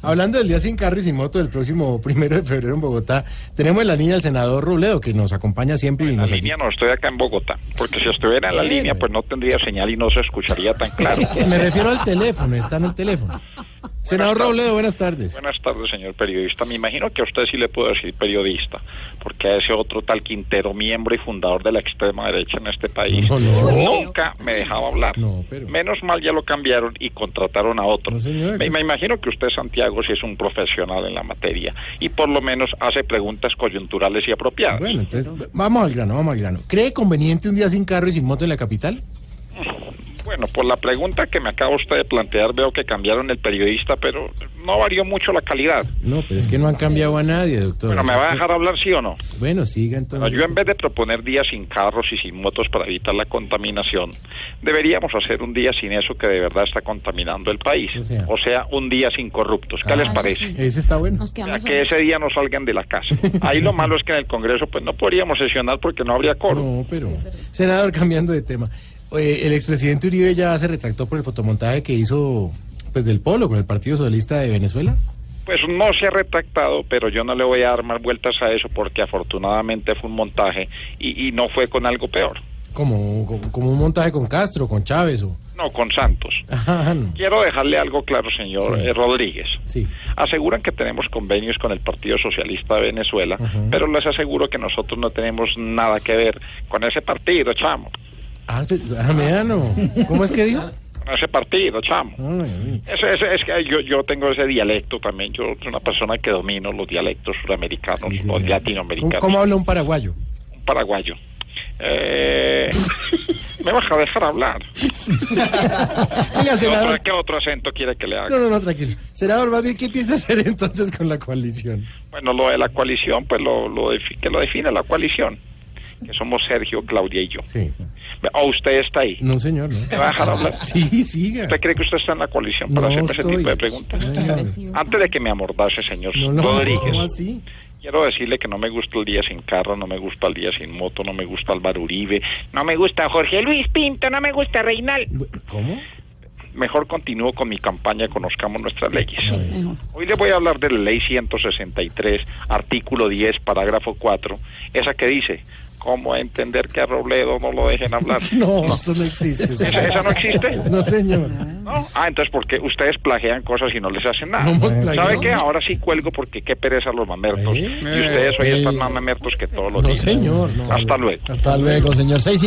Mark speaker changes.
Speaker 1: Hablando del día sin carro y sin moto del próximo primero de febrero en Bogotá, tenemos en la línea del senador Robledo, que nos acompaña siempre y
Speaker 2: En la
Speaker 1: nos
Speaker 2: línea no estoy acá en Bogotá, porque si estuviera en la línea pues no tendría señal y no se escucharía tan claro.
Speaker 1: Me refiero al teléfono, está en el teléfono. Senador Robledo, buenas tardes.
Speaker 2: Buenas tardes, señor periodista. Me imagino que a usted sí le puedo decir periodista, porque a ese otro tal Quintero, miembro y fundador de la extrema derecha en este país,
Speaker 1: No, no.
Speaker 2: nunca me dejaba hablar.
Speaker 1: No, pero-
Speaker 2: Menos mal ya lo cambiaron y contrataron a otro.
Speaker 1: No, señor,
Speaker 2: me,
Speaker 1: que-
Speaker 2: me imagino que usted, Santiago, sí es un profesional en la materia y por lo menos hace preguntas coyunturales y apropiadas.
Speaker 1: Bueno, entonces vamos al grano, vamos al grano. ¿Cree conveniente un día sin carro y sin moto en la capital?
Speaker 2: Bueno, por la pregunta que me acaba usted de plantear, veo que cambiaron el periodista, pero no varió mucho la calidad.
Speaker 1: No, pero es que no han cambiado a nadie, doctor.
Speaker 2: Bueno, ¿me va a dejar hablar sí o no?
Speaker 1: Bueno, siga
Speaker 2: Bueno,
Speaker 1: entonces.
Speaker 2: yo en vez de proponer días sin carros y sin motos para evitar la contaminación, deberíamos hacer un día sin eso que de verdad está contaminando el país.
Speaker 1: O sea.
Speaker 2: O sea, un día sin corruptos. ¿Qué
Speaker 1: Ah,
Speaker 2: les
Speaker 1: eso
Speaker 2: parece?
Speaker 1: Ese está bueno.
Speaker 3: Nos
Speaker 2: Ya
Speaker 3: quedamos
Speaker 2: que ese día no salgan de la casa. Ahí lo malo es que en el Congreso pues no podríamos sesionar porque no habría coro.
Speaker 1: No, pero... Senador, cambiando de tema. Eh, el expresidente Uribe ya se retractó por el fotomontaje que hizo pues del polo con el Partido Socialista de Venezuela.
Speaker 2: Pues no se ha retractado, pero yo no le voy a dar más vueltas a eso porque afortunadamente fue un montaje y, y no fue con algo peor,
Speaker 1: Como, como, como un montaje con Castro, con Chávez o...
Speaker 2: no con Santos.
Speaker 1: Ajá, no.
Speaker 2: Quiero dejarle algo claro, señor
Speaker 1: Sí.
Speaker 2: eh, Rodríguez.
Speaker 1: Sí.
Speaker 2: Aseguran que tenemos convenios con el Partido Socialista de Venezuela,
Speaker 1: Ujú.
Speaker 2: pero les aseguro que nosotros no tenemos nada que ver con ese partido, chamo.
Speaker 1: Ah, espe- ah, mira, no. ¿Cómo es que dijo?
Speaker 2: Con ese partido, chamo.
Speaker 1: Ah. Ay,
Speaker 2: Es, es- es que yo, yo tengo ese dialecto también. Yo soy una persona que domino los dialectos suramericanos,
Speaker 1: sí,
Speaker 2: los
Speaker 1: señor. ¿Cómo,
Speaker 2: latinoamericanos.
Speaker 1: cómo habla un paraguayo?
Speaker 2: un paraguayo. Eh, me vas a dejar hablar.
Speaker 1: Oiga,
Speaker 2: ¿Qué
Speaker 1: senador.
Speaker 2: otro, qué otro acento quiere que le haga?
Speaker 1: No, no, no, tranquilo. Senador, más bien, ¿qué piensa hacer entonces con la coalición?
Speaker 2: Bueno, lo de la coalición, pues lo, lo defi- que lo define la coalición. Que somos Sergio, Claudia y yo.
Speaker 1: Sí.
Speaker 2: ¿O usted está ahí?
Speaker 1: No, señor, no.
Speaker 2: ¿Me va a dejar hablar?
Speaker 1: Sí, siga.
Speaker 2: ¿Usted cree que usted está en la coalición
Speaker 1: No
Speaker 2: para hacerme ese
Speaker 1: estoy.
Speaker 2: tipo de preguntas?
Speaker 1: No,
Speaker 3: con-
Speaker 1: señor.
Speaker 3: agresivo.
Speaker 2: Antes de que me amordase, señor
Speaker 1: No, no,
Speaker 2: Rodríguez,
Speaker 1: ¿cómo así?
Speaker 2: quiero decirle que no me gusta el día sin carro, no me gusta el día sin moto, no me gusta Álvaro Uribe, no me gusta Jorge Luis Pinto, no me gusta Reinal.
Speaker 1: ¿Cómo?
Speaker 2: Mejor continúo con mi campaña, conozcamos nuestras leyes.
Speaker 1: A ver.
Speaker 3: mejor.
Speaker 2: Hoy les voy a hablar de la ley 163, artículo 10, parágrafo 4, esa que dice, ¿cómo entender que a Robledo no lo dejen hablar?
Speaker 1: No, eso no existe.
Speaker 2: ¿Esa,
Speaker 1: señor.
Speaker 2: esa no existe?
Speaker 1: No, señor.
Speaker 2: ¿No? Ah, entonces porque ustedes plagian cosas y no les hacen nada.
Speaker 1: No hemos plagiado.
Speaker 2: ¿Sabe qué? Ahora sí cuelgo porque qué pereza los mamertos.
Speaker 1: Eh.
Speaker 2: Y ustedes hoy
Speaker 1: Eh.
Speaker 2: están más mamertos que todos los
Speaker 1: No,
Speaker 2: días.
Speaker 1: señor. no.
Speaker 2: Hasta luego.
Speaker 1: Hasta luego, señor. Seis y-